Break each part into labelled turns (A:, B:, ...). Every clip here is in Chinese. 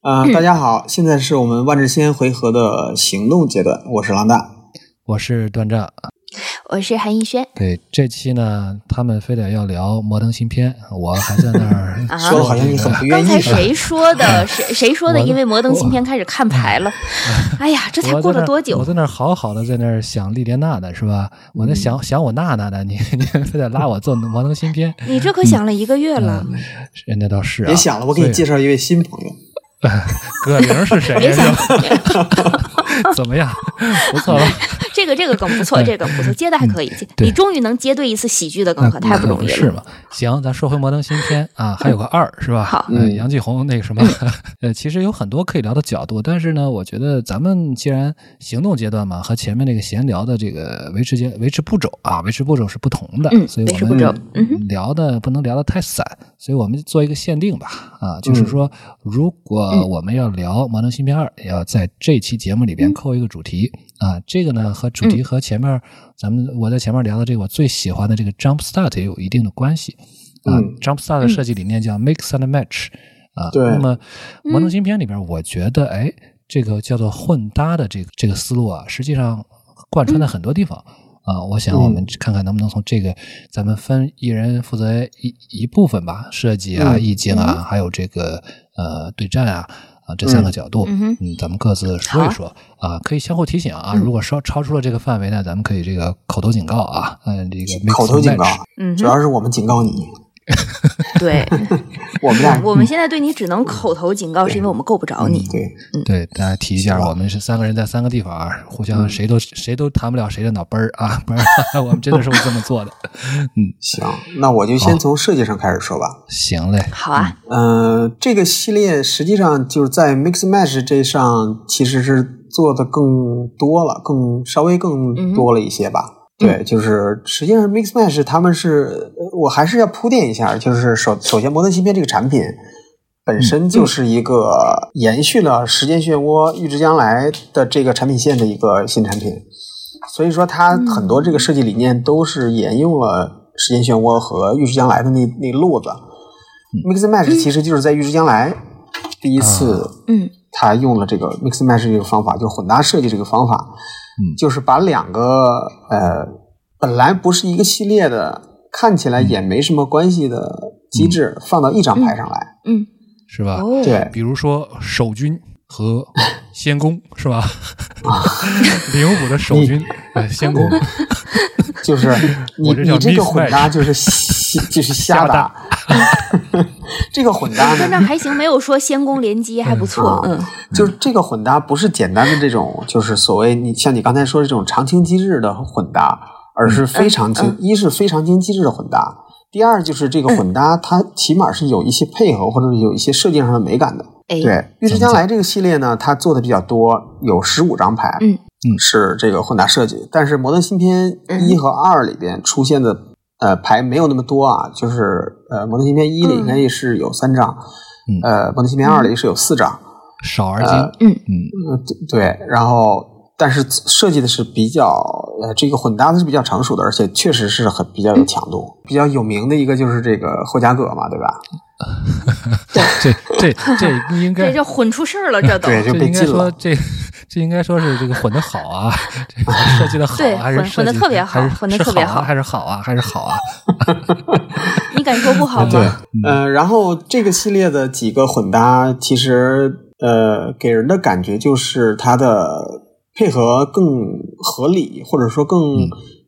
A: 啊、
B: 嗯
A: 大家好，现在是我们万智仙回合的行动阶段，我是狼大。
C: 我是段丈。
B: 我呃是韩逸轩，
C: 对，这期呢，他们非得要聊《摩登新篇》，我还在那 儿
B: 啊
C: 说
A: 说的好像你很不愿
B: 刚
A: 意啊
B: 才
A: 似的。
B: 谁说的？谁谁 说的？
C: 我
B: 因为《摩登
C: 啊我
B: 新篇》开始看牌 了。哎呀，这才
C: 我
B: 过
C: 在那
B: 了
C: 儿
B: 多
C: 我
B: 久？
C: 在那儿好好的在那儿想莉莲娜呢，是吧？我在
B: 嗯
C: 想、想我娜娜呢，你 你非得拉我做摩登新篇，
B: 你这可想了一个月
C: 嗯
B: 了，
C: 人家倒是、啊、
A: 别想了，我给你介
C: 绍
A: 绍一位新朋友。
C: 葛玲是谁
B: 别
C: 呀？
B: 想
C: 就怎么样？不错吧？
B: 这个这个梗不错，这个梗不错，接的还可以。接
C: 嗯对
B: 你终于能接对一次喜剧的梗，可太不容易
C: 是
B: 了。嗯
C: 嘛？行，咱说回《摩登新篇》啊，还有个二是吧？
B: 好
C: 呃
A: 嗯
C: 杨继红那 个什么，呃，其实有很多可以聊的角度，但是呢，我觉得咱们既然行动阶段嘛，和前面那个闲聊的这个维持阶维持步骤啊，维持步骤是不同的，
B: 嗯
C: 所以
B: 维持
C: 我
B: 步
C: 们
B: 骤嗯
C: 聊的不能聊得太散，所以我们做一个限定吧，啊，就是说，如果
A: 嗯
C: 我们要聊《摩登新篇二》，也要在这期节目里
A: 嗯
C: 边扣一个主题。啊，这个呢和主题和前面儿、咱们我在前面儿聊的这个我最喜欢的这个 Jump Start 也有一定的关系。啊、
A: 嗯
C: j u m p Start 的设计理念叫 Mix and Match、啊。
A: 对
C: 那么《摩登芯片》里边，我觉得哎，这个叫做混搭的这个这个思路啊，实际上贯
A: 嗯
C: 穿在很多地方。啊，我想我们看看能不能从这个，咱们分一人负责一一部分吧，设计啊、
A: 嗯
C: 意境啊，还有这个呃对战啊啊这三个角度，
B: 嗯哼
C: 嗯，咱们各自说一说啊，可以相互提醒啊。
A: 嗯
C: 如果超超出了这个范围呢，咱们可以这个口头警告啊，嗯，这个 mix
A: 口头警告
C: match，
B: 嗯
A: 主
B: 哼，
A: 要是我们警告你，
B: 对，
A: 我们俩 嗯
B: 我们现在对你只能口头警告，是因为我们够不着
C: 嗯
B: 你。
A: 对
C: 对，大家提一
A: 行嗯
C: 下，
A: 吧
C: 我们是三个人在三个地方啊，互相谁都、谁都谈不了谁的脑崩儿啊， 不然我们真的是会这么 做的。
A: 行，那我就先从设计上开始说吧。
C: 行嘞，
B: 好啊，
A: 嗯、这个系列实际上就是在 Mix Match 这上其实是做的更多了，更稍微更多了一些吧。对，就是实际上 Mix Match 他们是，呃我还是要铺垫一下，就是首首先摩登芯片这个产品本身就是一个延续了《时间漩涡》预知将来的这个产品线的一个新产品，所以说它很多这个设计理念都是沿用了《时间漩涡》和《预知将来》的那那路子。Mix and
C: 嗯
A: Match 嗯其实就是在《预知将来》第一
C: 啊
A: 次，
B: 嗯，
A: 他用了这个 Mix and Match 这个方法，就是混搭设计这个方法，
C: 嗯
A: 就是把两个呃本来不是一个系列的，看起来也没什么关系的机制
C: 嗯
A: 放到一张牌上来，
B: 嗯，
C: 是吧？
B: 哦，
A: 对，啊
C: 比如说守军 和仙宫是吧？灵武的守军，呃，仙宫
B: 嗯
A: 就是你
C: 我这叫
A: 你这个
C: mismatch
A: 混搭就是瞎 就是瞎 搭，这个混搭
B: 段
A: 呢，
B: 丈还行，没有说仙宫联机，还不错。嗯
A: 就是这个混搭不是简单的这种，就是所谓你像你刚才说的这种常青机制的混搭，而是非常
B: 嗯
A: 精，一是非常精机制的混搭，第二就是这个混搭它起码是有一些配合或者有一些设计上的美感的。
B: 哎，
A: 对，预知将来这个系列呢，它做的比较多，有十五张牌，
B: 嗯
C: 嗯
A: 是这个混搭设计。但是摩登新篇一和二里边出现的呃牌没有那么多啊，就是呃摩登新篇一
B: 嗯
A: 里应该是有三张，
C: 嗯
A: 呃摩登新篇二里是有四张，
C: 少而精。
A: 呃，对对，然后但是设计的是比较呃，这个混搭的是比较成熟的，而且确实是很比较有强度。比较有名的一个就是这个霍加葛嘛，对吧？
C: 这这这应
B: 这
C: 该
B: 这混出事儿了，这 都。
A: 对就
C: 这
A: 被
C: 应该
A: 禁
C: 说
A: 了
C: 这这应该说是这个混的好啊，这个设计的好啊
B: 对
C: 还是
B: 混
C: 设
B: 混得
C: 计
B: 特别好
C: 还是
B: 混得
C: 是
B: 特别
C: 好啊
B: 好
C: 还是好啊还是好啊，
B: 你敢说不 好吗？
A: 呃，然后这个系列的几个混搭，其实呃，给人的感觉就是它的配合更合理，或者说更、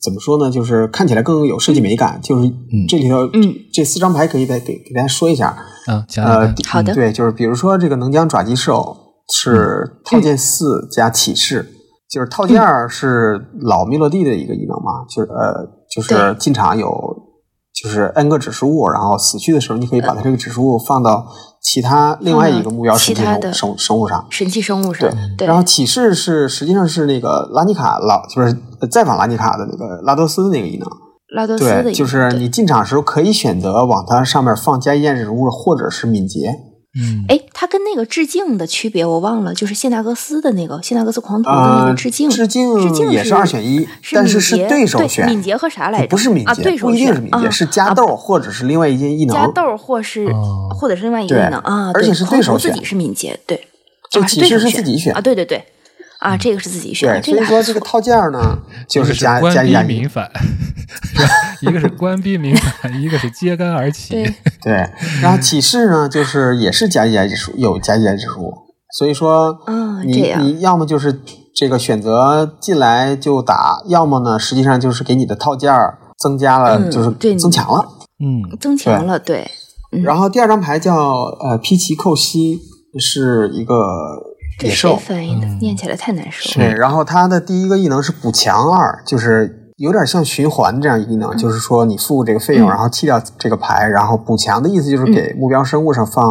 A: 怎么说呢，就是看起来更有设计美感。就是这里头，
B: 嗯
A: 这四张牌可以再给给大家说一下。
C: 嗯，讲讲
A: 呃
C: 看，
B: 好的
A: 对，就是比如说这个能将爪击兽是
B: 嗯
A: 套件四加启示，就是套件二是老密洛蒂的一个异能嘛，就是呃，就是
B: 对
A: 进场有就是 n 个指示物，然后死去的时候你可以把它这个指示物放到其他另外一个目标神
B: 呃其
A: 器
B: 他
A: 生
B: 的
A: 物生生物上。
B: 神奇生物上，对
A: 然，后启示是实际上是那个拉尼卡老就是再访拉尼卡的那个拉多斯的那个异能，
B: 拉多斯的一
A: 对，
B: 个，
A: 就是
B: 对
A: 你进场时候可以选择往它上面放加验人物或者是敏捷，
C: 嗯，
B: 哎，它跟那个致敬的区别我忘了，就是谢纳格斯的那个谢纳格斯狂徒的那
A: 啊，
B: 个致敬，
A: 致敬
B: 致敬
A: 也是二选一，
B: 是
A: 但是
B: 敏
A: 是
B: 捷
A: 对手
B: 对
A: 选，
B: 敏捷和啥来着？
A: 不是敏
B: 啊，
A: 捷，
B: 对手
A: 不一定
B: 选
A: 是敏
B: 啊
A: 捷，是加豆或者是另外一件异能。
B: 加豆或是
C: 哦
B: 或者是另外一个
A: 对
B: 异能啊，
A: 而且是
B: 狂
A: 对手
B: 徒自
A: 选
B: 己是敏捷，对，
A: 就
B: 啊
A: 其
B: 对
A: 实
B: 手
A: 是自己选嗯
B: 啊，对对对，啊，这个是自己选，
A: 对，
B: 这
A: 所以
B: 个还
A: 说
B: 不
A: 这个
B: 错，
A: 套件儿 呢，就
C: 一个
A: 是
C: 是
A: 加加
C: 官
A: 亚
C: 逼
A: 语
C: 民，反，是吧一个是官逼民反，一个是揭竿而起
B: 对。
A: 对，然后启示呢，就是也是加亚指数，有加亚指数，所以说
B: 嗯这
A: 你
B: 样
A: 你要么就是这个选择进来就打，要么呢，实际上就是给你的套件儿增加了，
B: 嗯
A: 就是
B: 对你
A: 增强了。
C: 嗯，
B: 增强了，对，嗯
A: 然后第二张牌叫呃皮奇寇西，是一个
B: 这
A: 野
B: 谁
A: 兽，
B: 翻译的？
C: 嗯
B: 念起来太难受了。
A: 对，然后它的第一个异能是补强二，就是有点像循环这样一个异能，就是说你付这个费用，
B: 嗯
A: 然后弃掉这个牌，然后补强的意思就是给目标生物上放、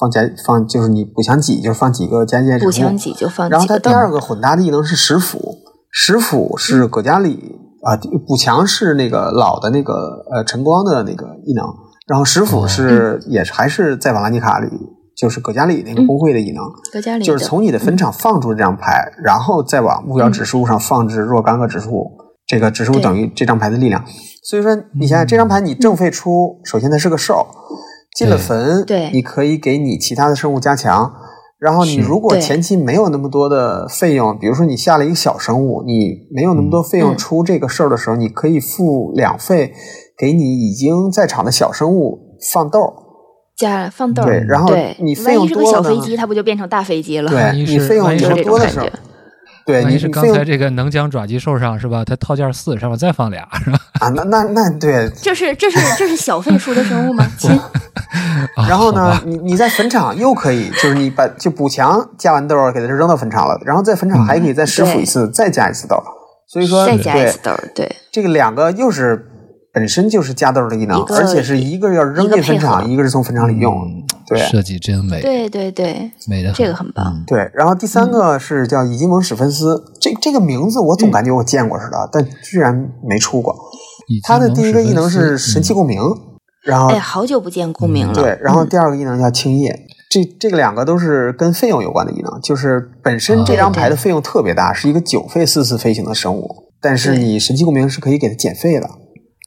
A: 放加放，就是你补强几就是放几个加减指
B: 补
A: 数。
B: 强几就放
A: 然后
B: 几
A: 它
B: 个
A: 第
B: 洞，
A: 二个混搭的异能是食府，食府是葛加里啊、补强是那个老的那个呃晨光的那个异能，然后食府是、也是还是在瓦拉尼卡里，就是葛加里那个工会的异能。
B: 搁家里
A: 就是从你的
B: 嗯
A: 坟场放出这张牌，然后再往目标指数上放置若干个指数，这个指数
B: 对嗯
A: 等于这张牌的力量。所以说，你想想这张牌你正费出，首先它是个兽，进了坟，
B: 对
A: 你可以给你其他的生物加强。然后你
C: 是
A: 如果
B: 对
A: 前期没有那么多的费用，比如说你下了一个小生物，你没有那么多费用
B: 嗯
A: 出这个事儿的时候，你可以付两费给你已经在场的小生物放豆儿，
B: 加放豆儿，
A: 对，然后
B: 对
A: 你费
B: 万
A: 用
B: 一是个
A: 多
B: 小
A: 了
B: 飞
A: 呢
B: 机，它不就变成大飞机了？
A: 对
C: 万一
A: 你
C: 是
A: 费用
C: 万一
A: 比
B: 就
A: 较
C: 这
B: 是
C: 么
B: 这
A: 多
B: 种
A: 的
B: 感
A: 时候
B: 觉，。
A: 对，
C: 万
A: 你
C: 一
A: 你
C: 是
A: 费
C: 刚
A: 用
C: 才这个能将爪击兽上是吧？它套件四上面再放俩是吧？
A: 啊，那那那 对。
B: 这是这是这是小费数的生物吗？亲，
C: 啊
A: 然后
C: 好
A: 呢
C: 吧，
A: 你你在坟场又可以，就是你把就补强加完豆儿给它扔到坟场了，然后在坟场
C: 嗯
A: 还可以再施辅一次，再加一次豆儿。所以说，
B: 再
A: 对
B: 加一次豆儿，对，
A: 这个两个又是本身就是加豆儿的异能
B: 一，个
A: 而且是一个要扔
B: 一个
A: 进坟
B: 配
A: 场，
B: 合
A: 一个是从坟场里用
C: 嗯。
A: 对啊
C: 设计真美，
B: 对对对，
C: 美的
B: 这个很棒。
A: 对，然后第三个是叫伊金蒙史芬斯，这这个名字我
C: 嗯
A: 总感觉我见过似的，但居然没出过。他的第一个异能是神
C: 嗯
A: 器共鸣，然后
B: 哎，好久不见共鸣了。
A: 对，然后第二个异能叫青叶，这这个两个都是跟费用有关的异能，就是本
C: 啊
A: 身这张牌的费用特别大，是一个九费四次飞行的生物，但是
B: 对
A: 你神奇共鸣是可以给它减费的，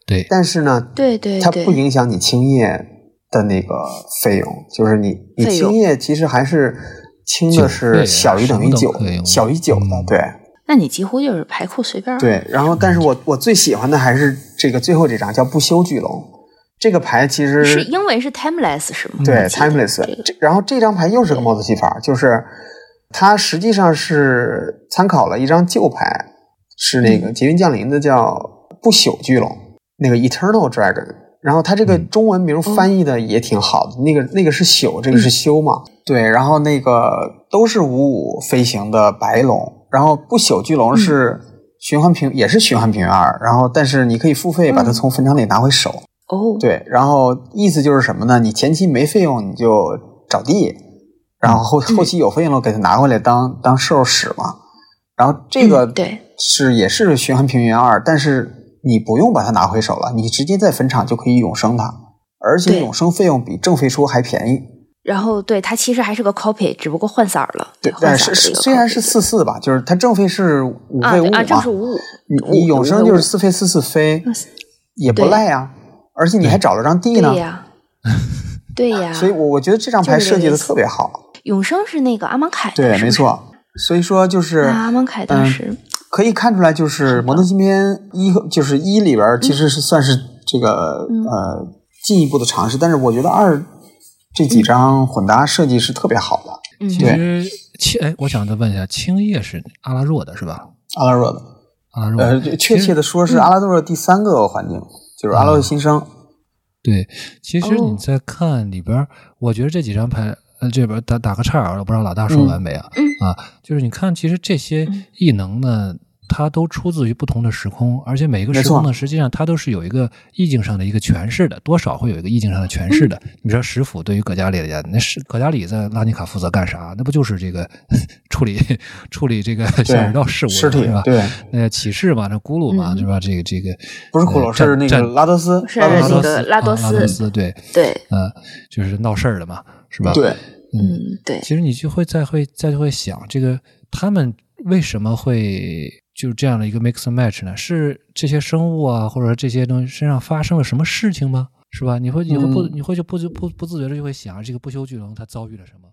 C: 对
A: 但是呢，
B: 对对
A: 它
B: 对
A: 不影响你青叶的那个费用，就是你你
B: 费用
A: 青叶其实还是轻
C: 九
A: 的
C: 费啊
A: 是小于等于
C: 什么
A: 九
C: 都可以用，
A: 小于九的
C: 嗯，
A: 对
B: 那你几乎就是牌库随便儿。
A: 对。然后，但是我我最喜欢的还是这个最后这张叫不朽巨龙，这个牌其实
B: 是英文是 timeless 是吗？
A: 对
B: 我记得
A: ，timeless
B: 这个
A: 这。然后这张牌又是个帽子戏法，就是它实际上是参考了一张旧牌，是那个劫云降临的叫不朽巨龙，那个 Eternal Dragon。然后它这个中文名翻译的也挺好的，那个那个是朽，这个是修嘛？对，然后那个都是五五飞行的白龙，然后不朽巨龙是循环平，也是循环平原二，然后但是你可以付费把它
B: 嗯
A: 从坟场里拿回手，
B: 哦，
A: 对，然后意思就是什么呢？你前期没费用你就找地，然后后
B: 嗯
A: 后期有费用了给它拿回来当当兽使嘛。然后这个
B: 嗯对
A: 是也是循环平原二，但是你不用把它拿回手了，你直接在坟场就可以永生它，而且
B: 对
A: 永生费用比正费出还便宜。
B: 然后对它其实还是个 copy，只不过换色儿了。
A: 对，
B: 换
A: 但
B: 色
A: 是是
B: 儿的一个 copy。
A: 虽然是四四吧，就是它正费是五
B: 啊
A: 费五
B: 对
A: 五
B: 啊，
A: 嘛，
B: 正是五五，
A: 你
B: 五
A: 你永生就是
B: 五
A: 四费四四飞，也不
B: 对
A: 赖呀、而且你还找了张地呢
B: 对。呀， 对呀。
A: 所以我我觉得这张
B: 就
A: 牌
B: 是这
A: 设
B: 个
A: 计
B: 意
A: 的
B: 思
A: 特别好。
B: 永生是那个阿芒凯的，
A: 对，
B: 是不
A: 没
B: 是。
A: 错。嗯所以说就是，
B: 那阿芒凯当时
A: 可以看出来，就是《摩登芯片一》和就是一里边儿其实是算是这个、
B: 嗯
A: 呃进一步的尝试，但是我觉得二这几张混搭设计是特别好的。
B: 嗯
C: 其实青哎，我想再问一下，青叶是阿拉若的是吧？
A: 阿拉若的，
C: 阿拉若
A: 呃，确切的说是
B: 嗯
A: 阿拉若的第三个环境，就是阿拉若新生。
C: 对，其实
B: 哦
C: 你在看里边儿，我觉得这几张牌，呃，这边儿打打个岔啊，我不知道老大说完没啊？
B: 嗯
C: 啊，就是你看，其实这些
A: 嗯
C: 异能呢，它都出自于不同的时空，而且每个
A: 没
C: 时空
A: 错
C: 呢，实际上它都是有一个意境上的一个诠释的，多少会有一个意境上的诠释的。
A: 嗯
C: 你比如说，石斧对于葛加里的，那是葛加里在拉尼卡负责干啥？那不就是这个 出处理处理这个下水道事故
A: 尸体
C: 是吧？
A: 对，
C: 那启示嘛，那咕噜嘛，
B: 嗯
C: 对吧？这个这个
A: 不是骷髅，
C: 呃战
A: 是那个
C: 战
A: 拉德斯，
B: 是
A: 拉德
C: 拉
A: 斯
B: 那
C: 多
B: 个
C: 斯
B: 拉多
C: 啊拉
B: 斯
C: 多斯，对，
B: 对，
C: 呃，就是闹事儿的嘛，是吧？
A: 对，
B: 嗯，对，
C: 其实你就会再会再会想，这个他们为什么会就是这样的一个 mix and match 呢？是这些生物啊，或者说这些东西身上发生了什么事情吗？是吧？你会你会不、
A: 嗯
C: 你会就不不不自觉的就会想，这个不朽巨龙它遭遇了什么？